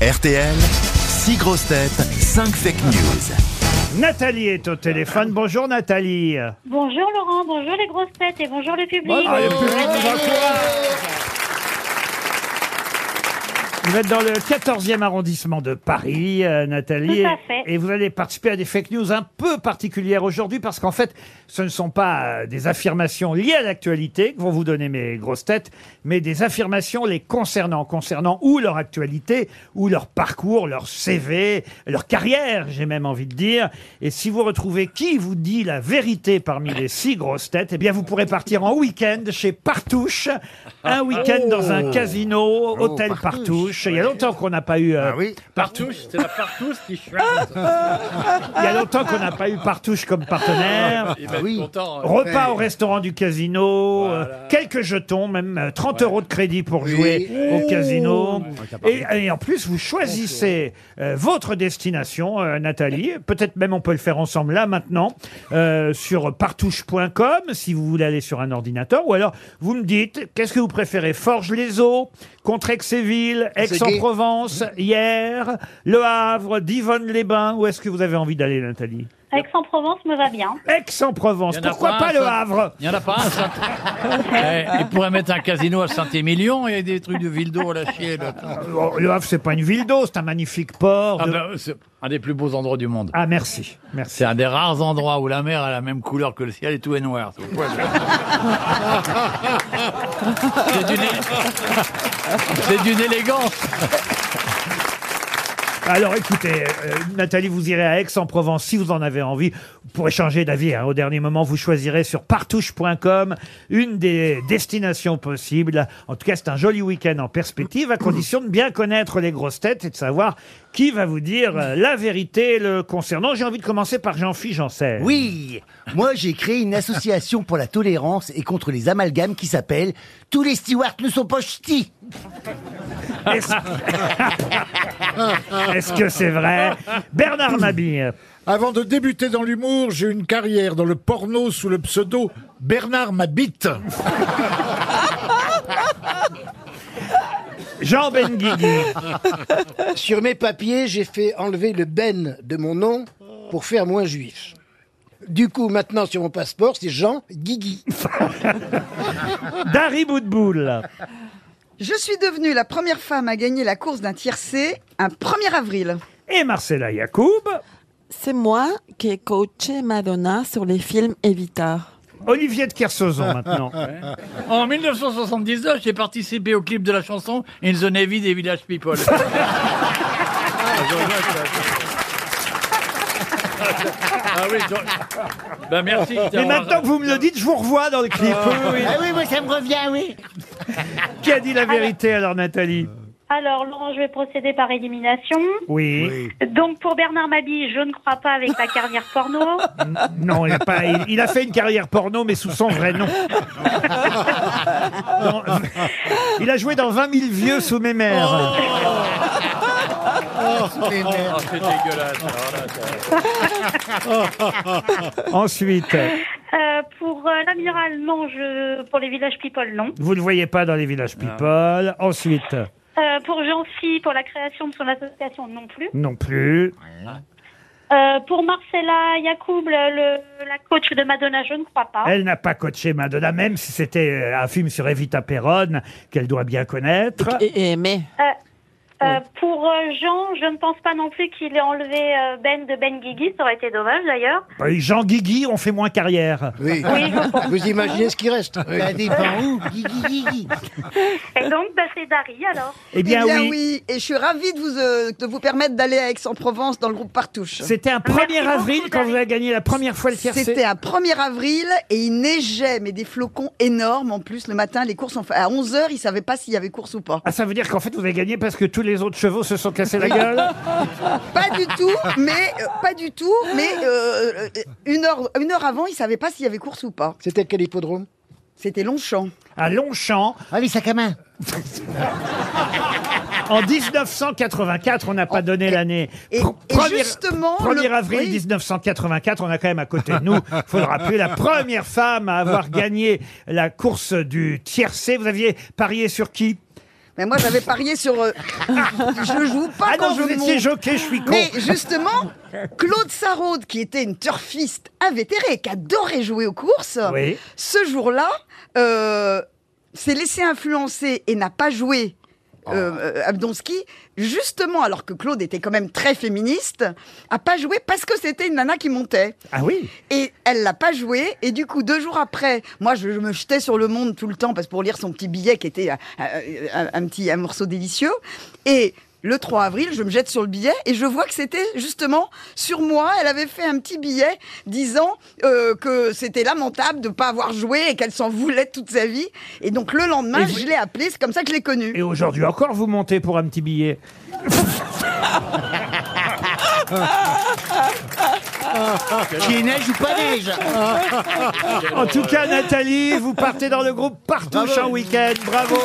RTL, 6 grosses têtes, 5 fake news. Nathalie est au téléphone. Bonjour Nathalie. Ah, Bonjour Laurent, bonjour les grosses têtes et bonjour le public. Vous êtes dans le 14e arrondissement de Paris, euh, Nathalie. Tout à et- fait. Et vous allez participer à des fake news un peu particulières aujourd'hui parce qu'en fait, ce ne sont pas euh, des affirmations liées à l'actualité que vont vous donner mes grosses têtes, mais des affirmations les concernant, concernant ou leur actualité, ou leur parcours, leur CV, leur carrière, j'ai même envie de dire. Et si vous retrouvez qui vous dit la vérité parmi les six grosses têtes, eh bien vous pourrez partir en week-end chez Partouche, un week-end dans un casino, hôtel Partouche. Il y a longtemps qu'on n'a pas eu euh, Partout, c'est la partout qui chouette. il y a longtemps qu'on n'a pas eu Partouche comme partenaire. Il va être content. hein. Repas au restaurant du casino, euh, quelques jetons, même euh, 30 euros de crédit pour jouer au casino. Et, et en plus, vous choisissez euh, votre destination, euh, Nathalie. Peut-être même on peut le faire ensemble là maintenant euh, sur partouche.com si vous voulez aller sur un ordinateur. Ou alors vous me dites qu'est-ce que vous préférez Forges-les-Eaux, Contrexéville, Aix-en-Provence, Mmh. hier, Le Havre, Divonne-les-Bains. Où est-ce que vous avez envie d'aller, Nathalie Aix-en-Provence me va bien. Aix-en-Provence. Y en a Pourquoi pas un, pas Le ça Havre Il n'y en a pas un, ça. Eh, il pourrait mettre un casino à Saint-Émilion et des trucs de ville d'eau à la chier. là. Bon, Oh, Le Havre, c'est pas une ville d'eau, c'est un magnifique port. Ah de- ben, c'est un des plus beaux endroits du monde. Ah, merci, merci. C'est un des rares endroits où la mer a la même couleur que le ciel et tout est noir. C'est poil. C'est d'une c'est d'une élégance. Alors, écoutez, euh, Nathalie, vous irez à Aix-en-Provence si vous en avez envie. Vous pourrez changer d'avis. hein. Au dernier moment, vous choisirez sur partouche.com une des destinations possibles. En tout cas, c'est un joli week-end en perspective, à condition de bien connaître les grosses têtes et de savoir qui va vous dire euh, la vérité le concernant. J'ai envie de commencer par Jean-Philippe Janssen. Oui, moi j'ai créé une association pour la tolérance et contre les amalgames qui s'appelle Tous les stewards ne sont pas ch'tis. Est-ce Est-ce que c'est vrai Bernard Mabille. Avant de débuter dans l'humour, j'ai eu une carrière dans le porno sous le pseudo Bernard Mabite. Jean Benguigui. Sur mes papiers, j'ai fait enlever le Ben de mon nom pour faire moins juif. Du coup, maintenant, sur mon passeport, c'est Jean Guigui. Dari Boudboul. Je suis devenue la première femme à gagner la course d'un tiercé un 1er avril. Et Marcella Yacoub. C'est moi qui ai coaché Madonna sur les films Evita. Olivier de Kersauzon maintenant. En 1979, j'ai participé au clip de la chanson In the Navy des Village People. ah oui, je- ben merci. Mais maintenant que vous me le dites, je vous revois dans le clip. Oui, Ah oui. Ah oui, moi ça me revient, oui. Qui a dit la vérité alors, Nathalie Alors Laurent, je vais procéder par élimination. Oui. Donc pour Bernard Mabille, je ne crois pas avec la carrière porno. Non, il a, pas, il, il a fait une carrière porno, mais sous son vrai nom. Non. il a joué dans 20 000 vieux sous mes mères. Ah, c'est dégueulasse. alors là, ça- Ensuite, Euh, pour euh, l'amiral, non. Je pour les villages people, non. vous ne voyez pas dans les villages people. Ensuite, Euh, pour Jean-Phi, pour la création de son association, non plus. non plus. Euh, pour Marcella Yacoub, le, le- la coach de Madonna, je ne crois pas. Elle n'a pas coaché Madonna, même si c'était euh, un film sur Evita Perron, qu'elle doit bien connaître. Et, et aimé. Euh, pour euh, Jean, je ne pense pas non plus qu'il ait enlevé euh, Ben de Ben Guigui. Ça aurait été dommage d'ailleurs. Euh, Jean Guigui, on fait moins carrière. Oui. Vous imaginez ce qui reste Oui. Ça dépend où. Gui, gui, gui, gui. Et donc, bah, c'est Dari alors. Eh bien, oui. Et je suis ravie de vous, euh, de vous permettre d'aller à Aix-en-Provence dans le groupe Partouche. C'était un Merci 1er avril beaucoup, quand vous Dari. avez gagné la première fois le tiercé. C'était un 1er avril et il neigeait, mais des flocons énormes. En plus, le matin, les courses ont fait à 11h, ils ne savaient pas s'il y avait course ou pas. Ah, ça veut dire qu'en fait vous avez gagné parce que tous les autres chevaux se sont cassés la gueule. Pas du tout, mais euh, pas du tout, mais euh, euh, une, heure, une heure avant, ils ne savaient pas s'il y avait course ou pas. C'était quel hippodrome C'était Longchamp. À Longchamp, Ah les sacs à main. en 1984, on n'a pas donné l'année. Oh, Et, Pr- et premier- justement, 1er le- avril oui. 1984, on a quand même à côté de nous, faut le rappeler, la première femme à avoir gagné la course du tiercé. Vous aviez parié sur qui Ben, Mais moi, j'avais parié sur. euh, je joue pas Ah quand non, je vous étiez monte. jockey, je suis con. Mais justement, Claude Sarraud, qui était une turfiste invétérée, qui adorait jouer aux courses, Oui. ce jour-là, euh, s'est laissé influencer et n'a pas joué. euh, euh, Abdonski, justement, alors que Claude était quand même très féministe, a pas joué parce que c'était une nana qui montait. Ah oui Et elle l'a pas joué. Et du coup, deux jours après, moi, je, je me jetais sur le monde tout le temps parce pour lire son petit billet qui était euh, euh, un, un petit un morceau délicieux. Et le 3 avril, je me jette sur le billet et je vois que c'était justement sur moi. Elle avait fait un petit billet disant euh, que c'était lamentable de ne pas avoir joué et qu'elle s'en voulait toute sa vie. Et donc le lendemain, Et vous- je l'ai appelée. C'est comme ça que je l'ai connue. Et aujourd'hui encore, vous montez pour un petit billet. Qui neige ou pas neige En tout cas, Nathalie, vous partez dans le groupe Partouche en week-end. Bravo